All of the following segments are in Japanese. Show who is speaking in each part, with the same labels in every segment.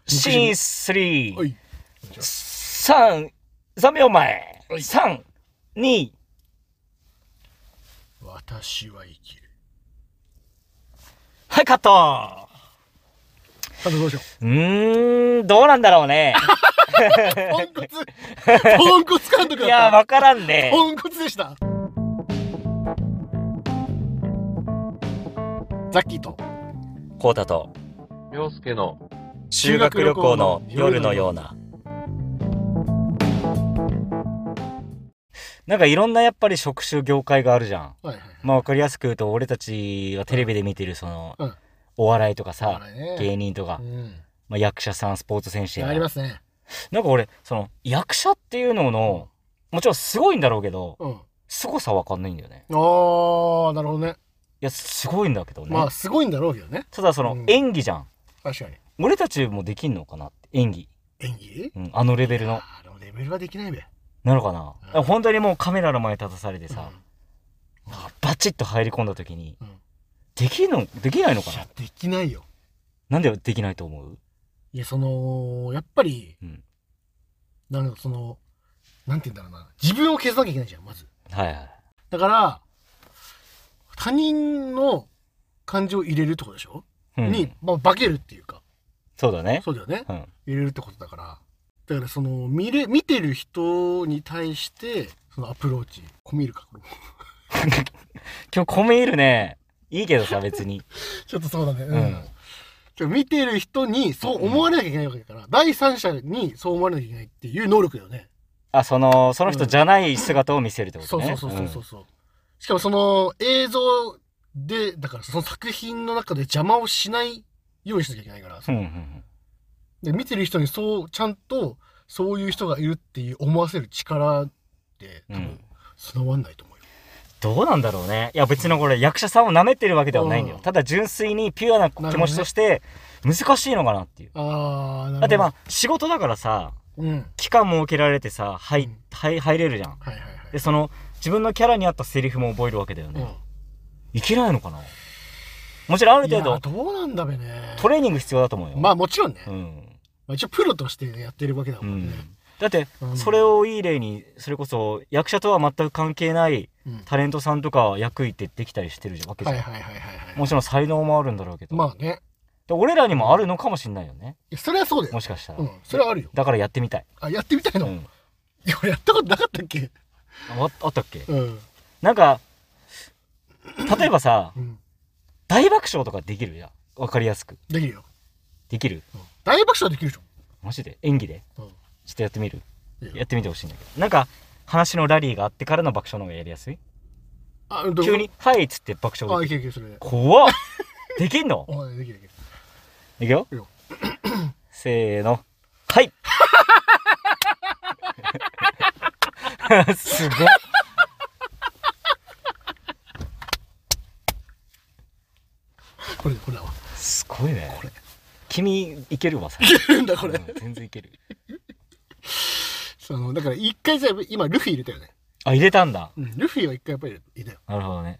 Speaker 1: シーン
Speaker 2: は
Speaker 1: 3、
Speaker 2: い。
Speaker 1: 3、3秒前、
Speaker 2: はい
Speaker 1: 3、2、
Speaker 2: 私は生きる。
Speaker 1: はい、カット
Speaker 2: さてどうしよ
Speaker 1: うーん、どうなんだろう ね。
Speaker 2: う。ポンコツ。ポンコツ監督
Speaker 1: いや、
Speaker 2: だっ
Speaker 1: わからんね
Speaker 2: た。。ポンコツでした。ザッキーと。
Speaker 1: コータと、
Speaker 3: 洋介の
Speaker 1: 修学旅行の夜のような。なんかいろんなやっぱり職種業界があるじゃん。
Speaker 2: はいはい。
Speaker 1: まあわかりやすく言うと、俺たちはテレビで見てるその
Speaker 2: うん、
Speaker 1: お笑いとか
Speaker 2: あ
Speaker 1: さ、
Speaker 2: れね。
Speaker 1: 芸人とか
Speaker 2: う、ん。
Speaker 1: まあ役者さん、スポーツ選手や
Speaker 2: ありますね。
Speaker 1: なんか俺、その、役者っていうのの、もちろんすごいんだろうけど、
Speaker 2: うん。
Speaker 1: 凄さわかんないんだよね。
Speaker 2: あー、なるほどね。
Speaker 1: いや、すごいんだけどね。
Speaker 2: まあ、すごいんだろうけどね。
Speaker 1: ただその
Speaker 2: う、ん
Speaker 1: 演技じゃん。
Speaker 2: 確かに。
Speaker 1: 俺たちもできんのかなって、演技。
Speaker 2: 演技
Speaker 1: うん、あのレベルの。
Speaker 2: あのレベルはできないべ。
Speaker 1: なのかな、
Speaker 2: うん
Speaker 1: 本当にもうカメラの前に立たされてさ、
Speaker 2: うん
Speaker 1: バチッと入り込んだ時に、
Speaker 2: うん
Speaker 1: できるの、できないのか
Speaker 2: い
Speaker 1: な
Speaker 2: や、できないよ。
Speaker 1: なんでできないと思う
Speaker 2: いや、その、やっぱり、
Speaker 1: うん。
Speaker 2: なんかその、なんて言うんだろうな。自分を消さなきゃいけないじゃん、まず。
Speaker 1: はいはい。
Speaker 2: だから、他人の感情を入れるってことでしょ、
Speaker 1: うん、
Speaker 2: に、まあ、化けるっていうか。
Speaker 1: そうだね。
Speaker 2: そうだよね。
Speaker 1: うん。
Speaker 2: 入れるってことだから。だから、その、見れ、見てる人に対して、そのアプローチ。込み入るか、これも。
Speaker 1: 今日米いるね。いいけどさ、別に。
Speaker 2: ちょっとそうだね。う
Speaker 1: うん
Speaker 2: ん。ちょ見てる人にそう思われなきゃいけないわけだから、第三者にそう思われなきゃいけないっていう能力だよね。
Speaker 1: あ、その、その人じゃない姿を見せるってこと
Speaker 2: そう
Speaker 1: ね。
Speaker 2: そうそうそうそう。うしかもその映像で、だからその作品の中で邪魔をしないようにしなきゃいけないから、
Speaker 1: うん。うんうんうん。
Speaker 2: で見てる人にそう、ちゃんとそういう人がいるっていう思わせる力って多
Speaker 1: うん
Speaker 2: 分備わんないと思うよ。
Speaker 1: どうなんだろうね。いや別にこれ役者さんを舐めてるわけではないんだよ。
Speaker 2: うん
Speaker 1: ただ純粋にピュアな気持ちとして難しいのかなっていう。
Speaker 2: あー、なるほど。
Speaker 1: だってまあ仕事だからさ、
Speaker 2: うん。はい
Speaker 1: 期間設けられてさ、入
Speaker 2: うん
Speaker 1: 入入れるじゃん。
Speaker 2: はいは
Speaker 1: で、
Speaker 2: い。
Speaker 1: その自分のキャラに合ったセリフも覚えるわけだよ
Speaker 2: うん
Speaker 1: ね。いけないのかなもちろんある
Speaker 2: いや
Speaker 1: 程度
Speaker 2: どうなんだべね。
Speaker 1: トレーニング必要だと思うよ。
Speaker 2: まあもちろんね。
Speaker 1: うん。
Speaker 2: まあ一応プロとしてやってるわけだ
Speaker 1: う
Speaker 2: もん
Speaker 1: ん
Speaker 2: ね。。
Speaker 1: だって
Speaker 2: うん
Speaker 1: それをいい例に、それこそ役者とは全く関係ない
Speaker 2: うん
Speaker 1: タレントさんとか役員ってできたりしてるわけじ
Speaker 2: は
Speaker 1: ゃ
Speaker 2: い
Speaker 1: ん。
Speaker 2: はいはいはいは
Speaker 1: もちろん才能もあるんだろうけ
Speaker 2: い。
Speaker 1: ど。
Speaker 2: まあね。
Speaker 1: で俺らにもあるのかもしんないよね。
Speaker 2: いやそれはそうだよ
Speaker 1: も。しかしたら。
Speaker 2: うん。それはあるよ。
Speaker 1: だからやってみたい。
Speaker 2: あ、やってみたいうの、
Speaker 1: ん。
Speaker 2: いや、俺やったことなかったっけ
Speaker 1: ああったっけ
Speaker 2: うん。
Speaker 1: なんか、例えばさ
Speaker 2: う、ん。
Speaker 1: 大爆笑とかできるじゃん。わかりやすく。
Speaker 2: できるよ。
Speaker 1: できる
Speaker 2: うん大爆笑はできるでし
Speaker 1: マジで演技で
Speaker 2: ょ。
Speaker 1: ちょっとやってみる
Speaker 2: うん。いい
Speaker 1: や
Speaker 2: よ
Speaker 1: ってみてほしいんだけど。なんか、話のラリーがあってからの爆笑の方がやりやすい
Speaker 2: あ、どう
Speaker 1: 急に、はいっつって爆
Speaker 2: あ、
Speaker 1: 笑
Speaker 2: い
Speaker 1: できる。
Speaker 2: けるいける、それで。
Speaker 1: 怖っできん の
Speaker 2: おい、できるできる。
Speaker 1: いくよ
Speaker 2: いいよ
Speaker 1: せーのはい すごい
Speaker 2: これ、これだわ。
Speaker 1: すごいね
Speaker 2: これ
Speaker 1: 君いけるわさ
Speaker 2: なんだこれ。
Speaker 1: うん全然いける
Speaker 2: その、だから一回じゃ、今、ルフィ入れたよね。
Speaker 1: あ入れたんだ
Speaker 2: うん。ルフィは一回やっぱり入れたよ。
Speaker 1: なるほどね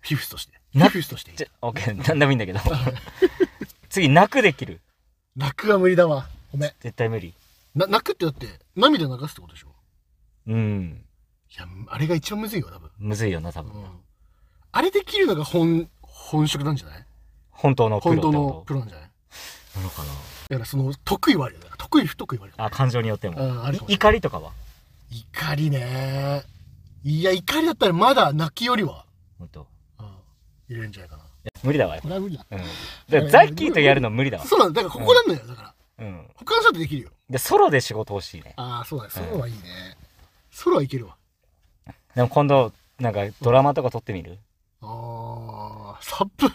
Speaker 2: フィフスとして。フ
Speaker 1: な
Speaker 2: ィフスとして。
Speaker 1: じゃオッケー なんでもいいんだけど次泣くできる
Speaker 2: 泣くは無理だわ。ごめん。
Speaker 1: 絶対無理
Speaker 2: な、泣くってだって、涙流すってことでしょ
Speaker 1: うん
Speaker 2: いや、あれが一番むずいよ、多分。
Speaker 1: むずいよな多
Speaker 2: う
Speaker 1: 分
Speaker 2: ん。あれできるのが本、本職なんじゃない
Speaker 1: 本当のプロっ
Speaker 2: 本
Speaker 1: てこ
Speaker 2: 当
Speaker 1: と
Speaker 2: のプロなんじゃない
Speaker 1: なのか
Speaker 2: だからその得意はあるよ。得意不得意はあるよ。
Speaker 1: なあ感情によっても
Speaker 2: うんあるかも
Speaker 1: い怒りとかは
Speaker 2: 怒りね。いや、怒りだったらまだ泣きよりは、
Speaker 1: 本当
Speaker 2: うん、入れるんじゃないかな。
Speaker 1: 無理だわやっ
Speaker 2: これは無理だ。
Speaker 1: ぱうんだからザッキーとやるの無理だわ
Speaker 2: そうなんだ。だからここなんだよ。だから、
Speaker 1: うん
Speaker 2: 他の人ってできるよ。
Speaker 1: でソロで仕事欲しいね
Speaker 2: ああ、そうだね。ソロはいいね。ソロはいけるわ。
Speaker 1: でも今度なんかドラマとか撮ってみる、
Speaker 2: ああ、サブぞ。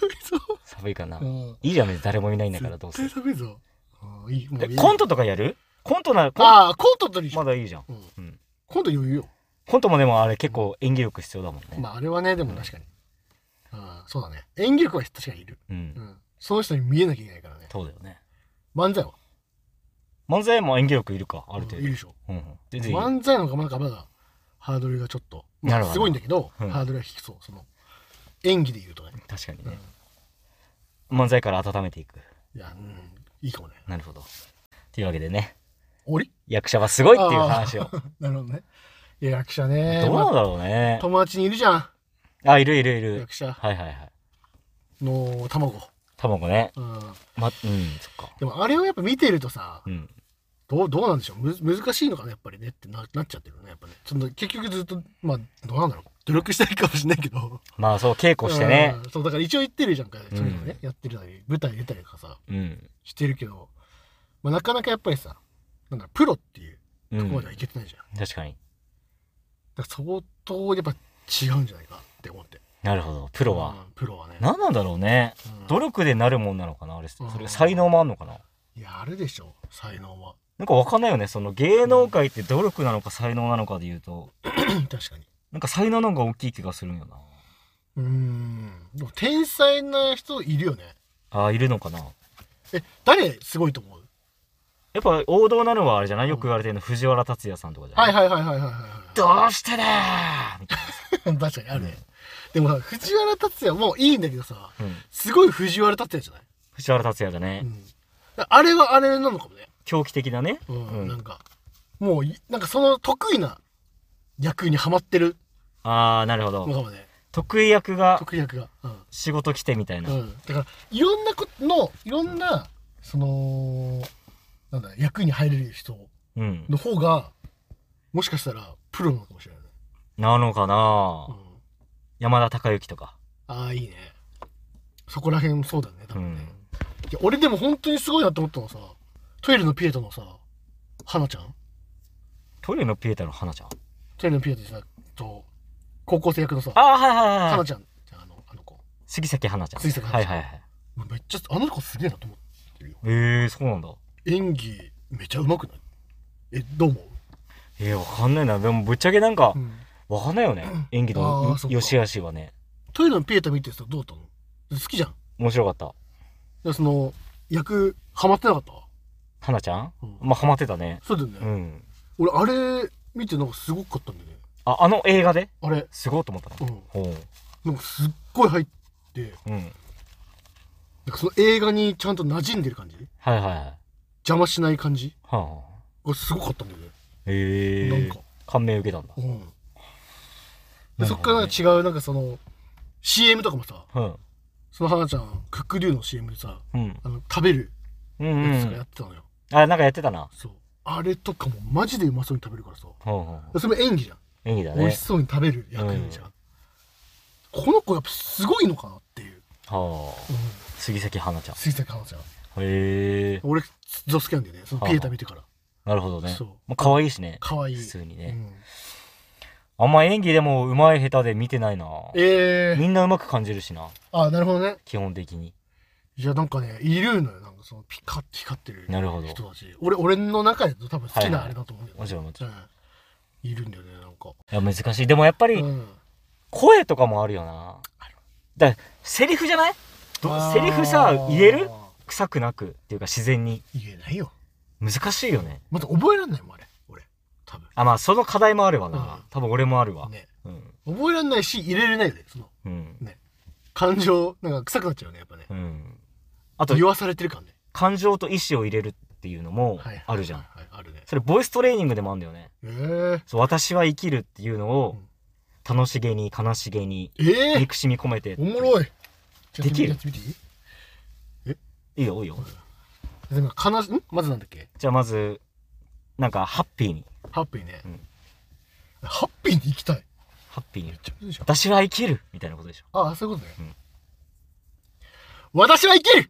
Speaker 1: 寒いかな、
Speaker 2: う
Speaker 1: い
Speaker 2: ん。
Speaker 1: いじゃん別に誰もいないんだからどう
Speaker 2: 絶
Speaker 1: せ
Speaker 2: 対寒いぞ。うんいいもうい
Speaker 1: え
Speaker 2: い
Speaker 1: コントとかやるコントならコン
Speaker 2: ああ、コントとり、
Speaker 1: まだいいじゃん、
Speaker 2: うん
Speaker 1: うん
Speaker 2: コント余裕よ。
Speaker 1: コントもでもあれ結構演技力必要だもんね、
Speaker 2: まあ、あれはね、でも確かに。ああ、そうだね。演技力は確かにいる。
Speaker 1: う
Speaker 2: うんん。その人に見えなきゃいけないからね。
Speaker 1: そうだよね
Speaker 2: 漫才は
Speaker 1: 漫才も演技力いるかある程
Speaker 2: うん
Speaker 1: 度、
Speaker 2: いうい
Speaker 1: ん
Speaker 2: でしょ。
Speaker 1: うん、全然いいよ
Speaker 2: 漫才の方がまだまだハードルがちょっと、
Speaker 1: な
Speaker 2: ま
Speaker 1: るほ
Speaker 2: あ、
Speaker 1: ど
Speaker 2: すごいんだけど、
Speaker 1: うん
Speaker 2: ハードルが低そう。その演技で言うとね。
Speaker 1: 確かにね、漫才から温めていく
Speaker 2: いや、うん、いいかもね。
Speaker 1: なるほど。というわけでね、
Speaker 2: おり
Speaker 1: 役者はすごいっていう話を。
Speaker 2: なるほどね。いや、役者ね。
Speaker 1: どう
Speaker 2: ま
Speaker 1: なん
Speaker 2: あ
Speaker 1: だろうね。
Speaker 2: 友達にいるじゃん。
Speaker 1: あ、いるいるいる。
Speaker 2: 役者
Speaker 1: はいはいはい。
Speaker 2: の卵。
Speaker 1: 卵ね。
Speaker 2: うん。
Speaker 1: ま、うん、そっか。
Speaker 2: でも、あれをやっぱ見てるとさ
Speaker 1: う、ん。
Speaker 2: どう、どうなんでしょう。む難しいのかな、やっぱりねってななっちゃってるね。やっぱね。その結局ずっと、まあ、どうなんだろう。努力してるかもしれないけど。
Speaker 1: まあそう、稽古してね。
Speaker 2: うん。そう、だから一応言ってるじゃんか。そういうのね、やってるなり、舞台出たりとかさ、
Speaker 1: うん。
Speaker 2: してるけど、まあ、なかなかやっぱりさ、なんだろうプロっていう
Speaker 1: う
Speaker 2: ところま
Speaker 1: ん
Speaker 2: ではい。けてないじゃん。
Speaker 1: 確かに。
Speaker 2: だから相当やっぱ違うんじゃないかって思って。
Speaker 1: なるほど。プ
Speaker 2: プ
Speaker 1: ロは。
Speaker 2: プロはね。
Speaker 1: 何なんだろうね。
Speaker 2: うん
Speaker 1: 努力でなるもんなのかなあれって
Speaker 2: うん
Speaker 1: それ才能もあんのかない
Speaker 2: や、あるでしょ、才能は。
Speaker 1: なんかわかんないよね。その芸能界って努力なのか才能なのかで言うと、
Speaker 2: 確かに。
Speaker 1: なんか才能の方が大きい気がするんよな。
Speaker 2: うーん。でも天才な人いるよね。
Speaker 1: ああ、いるのかな
Speaker 2: え、誰すごいと思う
Speaker 1: やっぱ王道なのはあれじゃないよく言われてるの藤原竜也さんとかじゃない、
Speaker 2: はいはいはいはいはいはい
Speaker 1: どうしてだーみたい
Speaker 2: はい。 確かにあるね。でもさ、藤原竜也もいいんだけどさ、
Speaker 1: な。うん。
Speaker 2: すごい藤原竜也じゃない
Speaker 1: 藤原竜也だね。
Speaker 2: うん。あれはあれなのかもね。
Speaker 1: 狂気的だね。
Speaker 2: うん。
Speaker 1: うん
Speaker 2: なんか、もうい、なんかその得意な役にはまってる
Speaker 1: ああ、なるほ
Speaker 2: の
Speaker 1: ど。
Speaker 2: かもね。
Speaker 1: 得意役が
Speaker 2: 得意役が。うん。
Speaker 1: 仕事来てみたいな。
Speaker 2: うん、だからいろんなことのいろんなそのなんだ役に入れる人
Speaker 1: うん。
Speaker 2: の方がもしかしたらプロなのかもしれないね、
Speaker 1: なのかな、
Speaker 2: うん、
Speaker 1: 山田孝之とか。
Speaker 2: ああいいねそこら辺もそうだね
Speaker 1: う
Speaker 2: 多分ね、
Speaker 1: ん
Speaker 2: い。や俺でも本当にすごいなと思ったのはさトイレのピエトのさ花ちゃん
Speaker 1: トイレのピエタの花ちゃん。
Speaker 2: トイレのピエトさと高校生役のさ
Speaker 1: ああ、はいはいはいは
Speaker 2: 花
Speaker 1: い。
Speaker 2: ちゃんじゃああのあの子
Speaker 1: 杉咲花ちゃん。
Speaker 2: 杉咲
Speaker 1: は
Speaker 2: 花
Speaker 1: い
Speaker 2: ちゃん
Speaker 1: はいはい。
Speaker 2: めっちゃあの子すげえなと思ってるよ
Speaker 1: ええー、そうなんだ。
Speaker 2: 演技めちゃうまくないえどう思う、
Speaker 1: ええー、わかんないな。でもぶっちゃけなんか、
Speaker 2: うん
Speaker 1: わかんないよね。演技
Speaker 2: あー
Speaker 1: の
Speaker 2: そっか
Speaker 1: 良し悪しはね。
Speaker 2: トイレのピエタ見てさどうだったの好きじゃん
Speaker 1: 面白かった。
Speaker 2: でその役ハマってなかった
Speaker 1: 花ちゃん、
Speaker 2: うん
Speaker 1: まあ、ハマってたね。
Speaker 2: そうだよね、
Speaker 1: うん。
Speaker 2: 俺あれ見てなんかすごかったんだよね
Speaker 1: あ、あの映画で
Speaker 2: あれ
Speaker 1: すごいと思ったの。
Speaker 2: うん
Speaker 1: ほう。
Speaker 2: なんかすっごい入って
Speaker 1: うん。
Speaker 2: なんかその映画にちゃんと馴染んでる感じ
Speaker 1: はいはいはい。は
Speaker 2: 邪魔しない感じ
Speaker 1: あ、はあ。
Speaker 2: がすごかったんだよね、
Speaker 1: ええー。
Speaker 2: なんか
Speaker 1: 感銘受けたんだ。
Speaker 2: うん
Speaker 1: な
Speaker 2: で
Speaker 1: るほどね
Speaker 2: そっからなんか違うなんかその CM とかもさ
Speaker 1: うん。
Speaker 2: その花ちゃんクックリュウの CM でさ
Speaker 1: うん。
Speaker 2: あの食べる
Speaker 1: うん
Speaker 2: やつ
Speaker 1: う
Speaker 2: とかや
Speaker 1: ん。
Speaker 2: ってたのよ、
Speaker 1: あ、なんかやってたな。
Speaker 2: そうあれとかもマジでうまそうに食べるからさ
Speaker 1: ほうほうほう。
Speaker 2: それも演技じゃん
Speaker 1: 演技だ
Speaker 2: 美味
Speaker 1: ね
Speaker 2: し。そうに食べる役じゃん、この子やっぱすごいのかなっていう、
Speaker 1: はあ。杉咲花ちゃん。
Speaker 2: 水彩花ちゃん
Speaker 1: へえ。
Speaker 2: 俺ずっと好きなんだよねそのピエタ見てから
Speaker 1: なるほどね
Speaker 2: そう。
Speaker 1: まあ、可愛いしね。
Speaker 2: 可愛い
Speaker 1: 普通にね
Speaker 2: うん
Speaker 1: あんま演技でも上手い下手で見てないな。
Speaker 2: えー、
Speaker 1: みんな上手く感じるしな。
Speaker 2: あなるほどね
Speaker 1: 基本的に。
Speaker 2: いやなんかねいるのよなんかそのピカッて光ってる
Speaker 1: なるほど。
Speaker 2: 人たち俺俺の中で多分好
Speaker 1: は
Speaker 2: き
Speaker 1: いは
Speaker 2: ないあれだと思うんだよ、
Speaker 1: もちろんもちろん。
Speaker 2: うんいるんだよねなんか、
Speaker 1: いや、難しい。でもやっぱり、
Speaker 2: うん
Speaker 1: 声とかもあるよな。だからセリフじゃない
Speaker 2: あー
Speaker 1: セリフさ言える臭くなく。っていうか自然に。
Speaker 2: 言えないよ
Speaker 1: 難しいよね。
Speaker 2: まだ覚えらんないもんあれ俺多分
Speaker 1: あ、まあ、その課題もあるわ
Speaker 2: うん
Speaker 1: な。多分俺もあるわ。
Speaker 2: ね
Speaker 1: うん。
Speaker 2: 覚えらんないし入れれないよねその
Speaker 1: うん。
Speaker 2: 感情なんか臭くなっちゃうねやっぱね
Speaker 1: うん。あと、
Speaker 2: 言わされてる感ね
Speaker 1: 感情と意思を入れるっていうのも
Speaker 2: はい
Speaker 1: あるじゃん。
Speaker 2: はいはいあるね
Speaker 1: それ、ボイストレーニングでもあるんだよね。
Speaker 2: えー、
Speaker 1: そう私は生きるっていうの
Speaker 2: う
Speaker 1: を
Speaker 2: ん
Speaker 1: 楽しげに悲しげに
Speaker 2: えー、
Speaker 1: 憎しみ込めて
Speaker 2: おもろい
Speaker 1: できる
Speaker 2: やってみていい
Speaker 1: いいよいいよ
Speaker 2: でも悲しんまずなんだっけ
Speaker 1: じゃあまずなんかハッピーに
Speaker 2: ハッピーね、
Speaker 1: うん
Speaker 2: ハッピーに行きたい
Speaker 1: ハッピー
Speaker 2: め
Speaker 1: に
Speaker 2: っちゃむずいじゃん
Speaker 1: 私は生きるみたいなことでしょ
Speaker 2: ああそういうことね、
Speaker 1: うん
Speaker 2: 私は生きる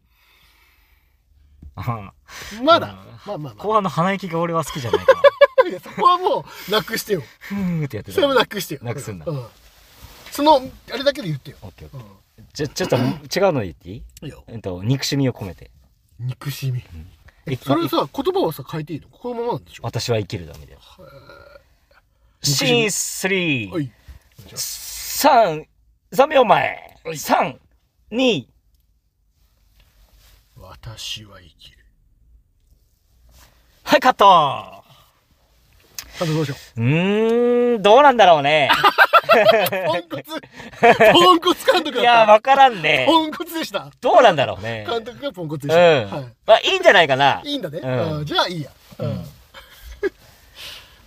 Speaker 1: あはは
Speaker 2: まだ、
Speaker 1: うん
Speaker 2: まあ まあま
Speaker 1: 後半の鼻息が俺は好きじゃ ないから
Speaker 2: あいやそこはもうなくしてよ
Speaker 1: ふーってやって
Speaker 2: そ
Speaker 1: た
Speaker 2: れもなくしてよ
Speaker 1: なくすんだ
Speaker 2: うん、そのあれだけで言ってよ、
Speaker 1: オッケーオッケ
Speaker 2: う
Speaker 1: ー
Speaker 2: ん、
Speaker 1: じゃちょっと違うの言っていい
Speaker 2: いいよ
Speaker 1: えっと憎しみを込めて
Speaker 2: 憎しみ
Speaker 1: え
Speaker 2: それさ言葉はさ変えていいのこのままなんでしょ
Speaker 1: 私は生きるだめだよ
Speaker 2: 憎
Speaker 1: シ
Speaker 2: しみ
Speaker 1: ーン3
Speaker 2: はい
Speaker 1: 三3秒前
Speaker 2: はい
Speaker 1: 三二
Speaker 2: 私は生きる
Speaker 1: はいカット
Speaker 2: あとどうしよう
Speaker 1: うーん、どうなんだろうね。
Speaker 2: ポンコツ、ポンコツ監督だった。
Speaker 1: いや、わからん ね。
Speaker 2: ポンコツでした。
Speaker 1: どうなんだろうね。
Speaker 2: 監督がポンコツ
Speaker 1: う
Speaker 2: で
Speaker 1: ん。
Speaker 2: した。は
Speaker 1: まあ、いいんじゃないかな。っ
Speaker 2: い。いいんだね。
Speaker 1: うん
Speaker 2: うんじゃあいいや。う
Speaker 1: うん
Speaker 2: ん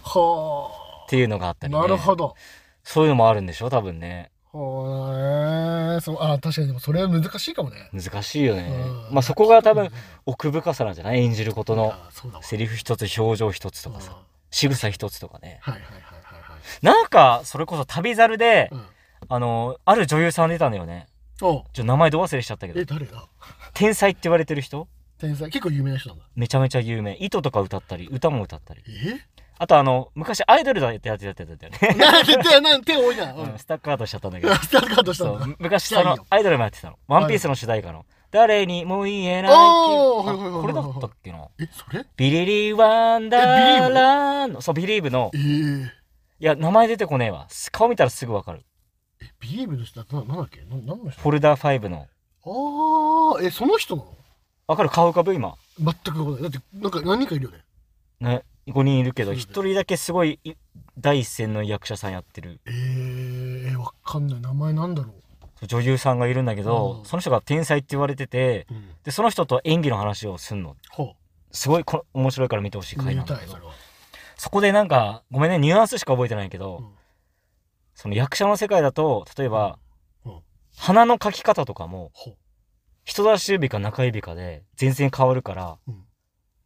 Speaker 2: は
Speaker 1: ていうのがあっ
Speaker 2: あ。
Speaker 1: たりね。
Speaker 2: なるほど。
Speaker 1: そういうのもあるんでしょ多分ね。
Speaker 2: はあ、えー、そう、あ、確かにでもそれは難しいかもね。
Speaker 1: 難しいよね
Speaker 2: う。ん
Speaker 1: まあ、そこが多分、奥深さなんじゃない演じることの。
Speaker 2: あそうだわ。
Speaker 1: セリフ一つ、表情一つとか
Speaker 2: うん
Speaker 1: さ、仕草一つとかね。
Speaker 2: はいはいはいはいはい。
Speaker 1: なんか、それこそ旅猿で
Speaker 2: う、ん。
Speaker 1: あの、ある女優さん出たんだよね。
Speaker 2: おう
Speaker 1: ちょ、名前ど忘れしちゃったけ
Speaker 2: え、
Speaker 1: ど。
Speaker 2: 誰だ
Speaker 1: 天才って言われてる人
Speaker 2: 天才。結構有名な人なんだ。
Speaker 1: めちゃめちゃ有名。糸とか歌ったり、歌も歌ったり。
Speaker 2: え
Speaker 1: あとあの、昔アイドルだってやってやってたんだよね。
Speaker 2: なんで手、なんで手多いな。う
Speaker 1: うん ん。スタッカートしちゃったんだけど。
Speaker 2: スターカードした
Speaker 1: そ
Speaker 2: んだ。
Speaker 1: う昔
Speaker 2: じゃあ
Speaker 1: そ
Speaker 2: いいよ
Speaker 1: のアイドルもやってたの。ワンピースの主題歌の。誰にも言えない
Speaker 2: おー
Speaker 1: って
Speaker 2: はいはい
Speaker 1: いう
Speaker 2: はいはいはい
Speaker 1: あこれだったっけな
Speaker 2: え、それ
Speaker 1: ビリリワンダーランド。そう、ビリーブの
Speaker 2: え。ー、
Speaker 1: いや、名前出てこねえわ。す顔見たらすぐわかる。
Speaker 2: え、ビームの人だな、なんだっけな、なんの人
Speaker 1: フォルダー5の。
Speaker 2: ああ、え、その人なの
Speaker 1: わかる顔浮かぶ今。
Speaker 2: 全くわかんない。だって、なんか何人かいるよね。
Speaker 1: ね、5人いるけど、
Speaker 2: そうだよ
Speaker 1: 1人だけすごいい第一線の役者さんやってる
Speaker 2: えー、え、わかんない。名前なんだろ
Speaker 1: 女優さんがいるんだけど
Speaker 2: う、ん
Speaker 1: その人が天才って言われてて、
Speaker 2: う。うん。
Speaker 1: で、その人と演技の話をすんの。
Speaker 2: ほ。
Speaker 1: すごいこ面白いから見てほしいう回なん
Speaker 2: 見
Speaker 1: だ
Speaker 2: た
Speaker 1: け
Speaker 2: い、
Speaker 1: ど
Speaker 2: それは。
Speaker 1: そこでなんかごめんねニュアンスしか覚えてないけど、
Speaker 2: うん
Speaker 1: その役者の世界だと例えば、
Speaker 2: うん
Speaker 1: 鼻の描き方とかも
Speaker 2: ほう。
Speaker 1: 人差し指か中指かで全然変わるから、
Speaker 2: うん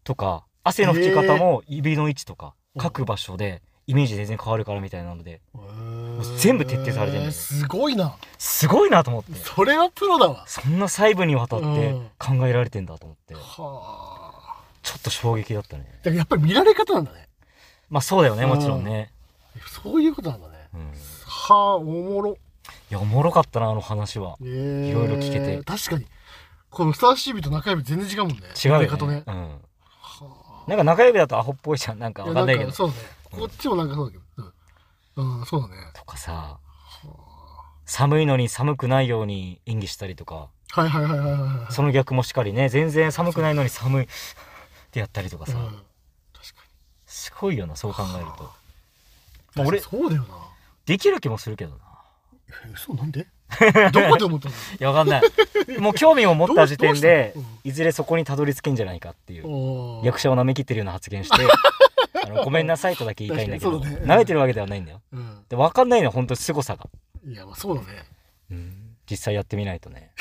Speaker 1: とか汗の拭き方も指の位置とか
Speaker 2: うん
Speaker 1: 書く場所でイメージ全然変わるからみたいなので
Speaker 2: えー
Speaker 1: 全部徹底されてんだよ
Speaker 2: すごいな。
Speaker 1: すごいなと思って
Speaker 2: それはプロだわ。
Speaker 1: そんな細部にわたって
Speaker 2: うん
Speaker 1: 考えられてんだと思って、
Speaker 2: はあ。
Speaker 1: ちょっと衝撃だったね
Speaker 2: だからやっぱり見られ方なんだね。
Speaker 1: まあそうだよねもちろんね、
Speaker 2: そういうことなんだね。
Speaker 1: うん、い
Speaker 2: はあ、おもろ。
Speaker 1: やおもろかったなあの話は
Speaker 2: えー
Speaker 1: いろいろ聞けて
Speaker 2: 確かに。このスターシービーと中指全然違うもんね。
Speaker 1: 違うよ
Speaker 2: 見ら
Speaker 1: ね
Speaker 2: れ方ね。
Speaker 1: うん
Speaker 2: は
Speaker 1: なんか中指だとアホっぽいじゃん。なんか
Speaker 2: あ。
Speaker 1: わかんないけど。
Speaker 2: やんかそうだね。こっちもなんかそうだけど。うん、うん、そうだね。
Speaker 1: とかさ、寒いのに寒くないように演技したりとか、
Speaker 2: はいはいはいはいはいはい。
Speaker 1: その逆もしっかりね、全然寒くないのに寒いってやったりとか
Speaker 2: うん、
Speaker 1: さ、
Speaker 2: 確か
Speaker 1: すごいよな、そう考えると。まあ
Speaker 2: に。
Speaker 1: 俺
Speaker 2: 俺、そうだよな。
Speaker 1: できる気もするけどな。
Speaker 2: え、嘘なんで どこで思った の
Speaker 1: いや、わかん ない。もう興味を持った時点で
Speaker 2: どうどうしたの、
Speaker 1: いずれそこにたどり着けんじゃないかっていう、
Speaker 2: おー
Speaker 1: 役者を舐めきってるような発言 して、あのごめんなさいとだけ言いたいんだけど、
Speaker 2: 確かにそうだね
Speaker 1: 舐めてるわけではないんだよ。
Speaker 2: うん。
Speaker 1: で、わかんないのは本当に凄さが。
Speaker 2: いや、まあそうだ ね。
Speaker 1: うん実際やってみないとね。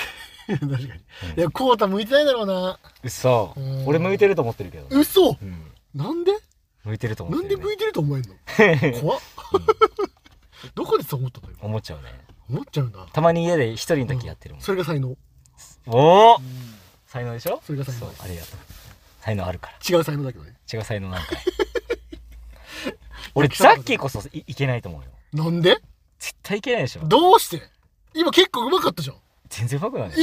Speaker 2: 確かに。
Speaker 1: うん
Speaker 2: いや、コータ向いてないだろうな。
Speaker 1: 嘘
Speaker 2: うん
Speaker 1: 俺向いてると思ってるけどね、
Speaker 2: 嘘
Speaker 1: うん、
Speaker 2: なんで
Speaker 1: 向いてると思
Speaker 2: な
Speaker 1: っ
Speaker 2: ん
Speaker 1: て
Speaker 2: で
Speaker 1: る、ね、
Speaker 2: 向いてると 思えんの怖っ。どこでそう思ったのよ。
Speaker 1: うん思っちゃうね
Speaker 2: 思っちゃうんだ。
Speaker 1: たまに家で一人の時やってるもん、
Speaker 2: それが才能。
Speaker 1: おお才能でしょ
Speaker 2: それが才能
Speaker 1: うありがとう才能あるから
Speaker 2: 違う才能だけどね。
Speaker 1: 違う才能なんか 俺
Speaker 2: いや
Speaker 1: ザッキーこそいいけないと思うよ
Speaker 2: なんで
Speaker 1: 絶対いけないでしょ
Speaker 2: どうして今結構うまかったじゃん。
Speaker 1: 全然うまくないね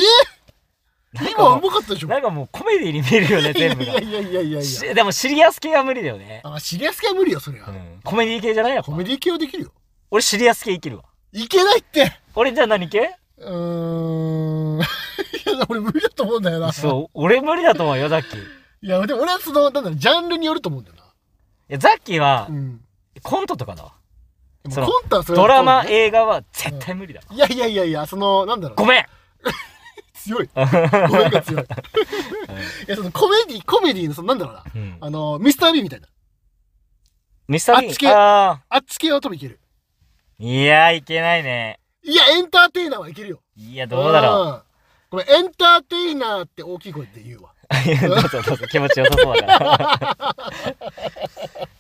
Speaker 1: なんか
Speaker 2: 今
Speaker 1: も
Speaker 2: うまかったでし
Speaker 1: う
Speaker 2: ょ
Speaker 1: なんかもうコメディに見えるよね
Speaker 2: いや
Speaker 1: 全
Speaker 2: い
Speaker 1: 部が
Speaker 2: やいやいやいやいや。
Speaker 1: しでもシリアス系は無理だよね、
Speaker 2: あ、シリアス系は無理よ、それは。
Speaker 1: うん、コメディ系じゃないやっぱ
Speaker 2: コメディ系はできるよ。
Speaker 1: 俺シリアス系生きるわ
Speaker 2: いけないって
Speaker 1: 俺じゃあ何系
Speaker 2: うーん。い や、俺無理だと思うんだよな。
Speaker 1: そう俺無理だと思うよザッキーい
Speaker 2: いや、でも俺はその、なんだろう、ジャンルによると思うんだよ
Speaker 1: やザッキーは
Speaker 2: な。うん。
Speaker 1: コントとかだわ
Speaker 2: でも
Speaker 1: その
Speaker 2: コントはそれ
Speaker 1: ド
Speaker 2: は
Speaker 1: ラマ、
Speaker 2: そうだね
Speaker 1: 映画は絶対無理だ。
Speaker 2: いやいやいやいや、その、なんだろう。
Speaker 1: ごめん
Speaker 2: 強 い。ごめんが強い。いや、そのコメディ、コメディの、その、なんだろうな。
Speaker 1: うん
Speaker 2: あの、ミスター・ビーみたいな。
Speaker 1: ミスタービ
Speaker 2: あっち
Speaker 1: ー
Speaker 2: 系
Speaker 1: ン。あ
Speaker 2: あっち系は多分いける。
Speaker 1: ーいやー、いけないね。
Speaker 2: いや、エンターテイナーはいけるよ。
Speaker 1: いや、どうだろう。
Speaker 2: うん。これ、エンターテイナーって大きい声で言うわ。
Speaker 1: い やどうぞどうぞ、気持ちよさそうだから。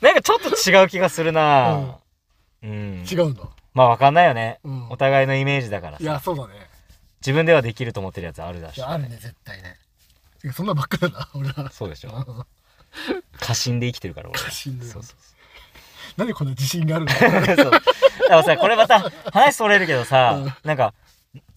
Speaker 1: なんかちょっと違う気がするなうん。
Speaker 2: 違うんだ。
Speaker 1: まあ、わかんないよね。
Speaker 2: うん
Speaker 1: お。互いのイメージだから
Speaker 2: い
Speaker 1: さ。
Speaker 2: や、そうだね。
Speaker 1: 自分ではできると思ってるやつあるだ
Speaker 2: い
Speaker 1: し
Speaker 2: や、。あるね、絶対ね。てかそんなばっかだな、俺は。
Speaker 1: そうでしょ。
Speaker 2: うん
Speaker 1: 過信で生きてるから、俺。
Speaker 2: 過信だよ
Speaker 1: そうそう そ
Speaker 2: なんでこんな自信 があるの
Speaker 1: う。そうだからさ、これまた、話それるけどさ、なんか、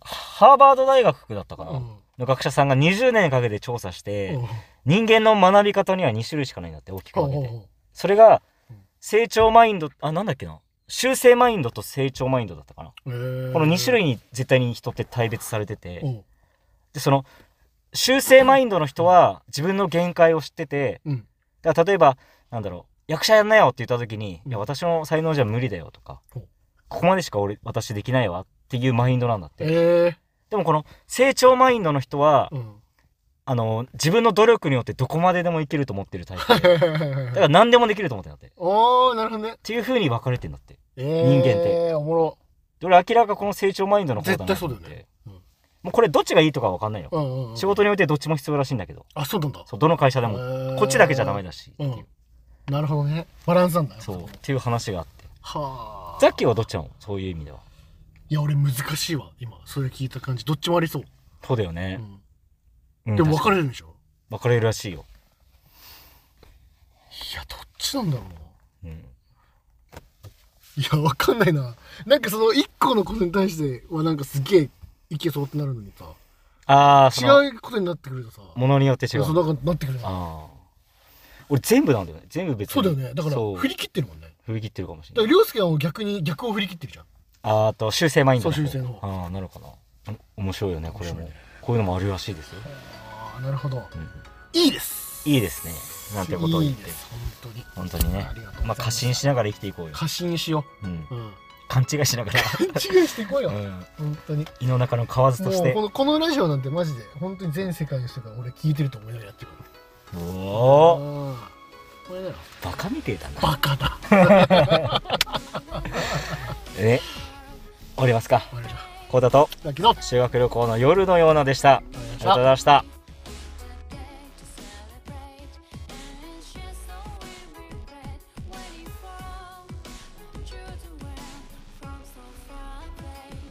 Speaker 1: ハーバード大学だったかな、
Speaker 2: うん
Speaker 1: の学者さんが20年かけて調査して、
Speaker 2: うん
Speaker 1: 人間の学び方には2種類しかないんだって大きく
Speaker 2: ほう
Speaker 1: 分け
Speaker 2: ほう
Speaker 1: て
Speaker 2: ほ
Speaker 1: それが
Speaker 2: うん
Speaker 1: 成長マインドあなんだっけな修正マインドと成長マインドだったかな
Speaker 2: う。へー
Speaker 1: この2種類に絶対に人って大別されてて
Speaker 2: うん
Speaker 1: でその修正マインドの人は自分の限界を知ってて
Speaker 2: うん。
Speaker 1: だから例えばなんだろう役者やんなよって言った時に「
Speaker 2: うん
Speaker 1: いや私の才能じゃ無理だよ」とか
Speaker 2: ほう
Speaker 1: ここまでしか俺、私できないわっていうマインドなんだって。
Speaker 2: え
Speaker 1: でもこの成長マインドの人は
Speaker 2: ー、、うん。
Speaker 1: あの、自分の努力によってどこまででもいけると思ってるタイ プ
Speaker 2: は
Speaker 1: で。
Speaker 2: いはいはい
Speaker 1: だ
Speaker 2: は
Speaker 1: か
Speaker 2: い。
Speaker 1: ら何でもできると思ってんだって。っ
Speaker 2: おー、なるほどね。
Speaker 1: ていう風に分かれてんだって。
Speaker 2: えー、
Speaker 1: 人間って。
Speaker 2: おもろ。
Speaker 1: で俺、明らかこの成長マインドの方だなと思って
Speaker 2: 絶対そうだよねうん
Speaker 1: もうこれどっちがいいとかは分かんないよ。
Speaker 2: うんうん、うん。
Speaker 1: 仕事においてどっちも必要らしいんだけど。
Speaker 2: あ、そうなんだ。
Speaker 1: そう、どの会社で
Speaker 2: で
Speaker 1: も、こっちだけじゃダメだし。っていう
Speaker 2: うんなるほどね。バランスなんだよ。
Speaker 1: そう、っていう話があって。
Speaker 2: はあ。
Speaker 1: ザッキーはどっちなのそういう意味では。
Speaker 2: いや、俺難しいわ。今、それ聞いた感じ。どっちもありそう。
Speaker 1: そうだよ
Speaker 2: う
Speaker 1: ね。
Speaker 2: ん、
Speaker 1: うん
Speaker 2: でも
Speaker 1: 確
Speaker 2: 分
Speaker 1: かに
Speaker 2: かれるんでしょ
Speaker 1: 分かれるらしいよ。
Speaker 2: いや、どっちなんだろうな。
Speaker 1: うん。
Speaker 2: いや、わかんないな。なんかその一個のことに対してはなんかすげえいけそうってなるのにさ、
Speaker 1: ああ、その、
Speaker 2: 違うことになってくるとさ、
Speaker 1: ものによって違う。
Speaker 2: そうなんかなってくるよね
Speaker 1: ああ。俺全部なんだよね。全部別に。
Speaker 2: そうだよね。だから
Speaker 1: そう
Speaker 2: 振り切ってるもんね。
Speaker 1: 振り切ってるかもし
Speaker 2: だ
Speaker 1: れ
Speaker 2: から
Speaker 1: ない。
Speaker 2: 凌介はもう逆に逆を振り切ってるじゃん。
Speaker 1: あーと、修正マインド
Speaker 2: そう修正の方
Speaker 1: ああ、なるかな。お面白いよね、これも
Speaker 2: 面白いね。
Speaker 1: こういうのもあるらしいですよ。
Speaker 2: ああ、なるほど。
Speaker 1: うん
Speaker 2: いいです。
Speaker 1: いいですね。なんてことを言って
Speaker 2: いいで。す本当に。
Speaker 1: 本当にね
Speaker 2: ありがとうございま。す
Speaker 1: まあ、過信しながら生きていこうよ。
Speaker 2: 過信しよ
Speaker 1: うん
Speaker 2: う。。うん。
Speaker 1: 勘違いしながら。
Speaker 2: 勘違いしていこう よ
Speaker 1: う。ん。
Speaker 2: 本当に。
Speaker 1: 胃の中の蛙とし
Speaker 2: もう
Speaker 1: て
Speaker 2: こ。のこのラジオなんてマジで本当に全世界の人が俺聞いてると思いながらやってるから
Speaker 1: おお
Speaker 2: うんこれだよ
Speaker 1: ー、バカみてえだな。
Speaker 2: バカだ
Speaker 1: え、降りますか。
Speaker 2: 俺ら
Speaker 1: こうだと、
Speaker 2: だけどあ
Speaker 1: 修学旅行の夜のようなでした。あり
Speaker 2: りがとうご
Speaker 1: がとうご
Speaker 2: ざいました
Speaker 1: ざいました。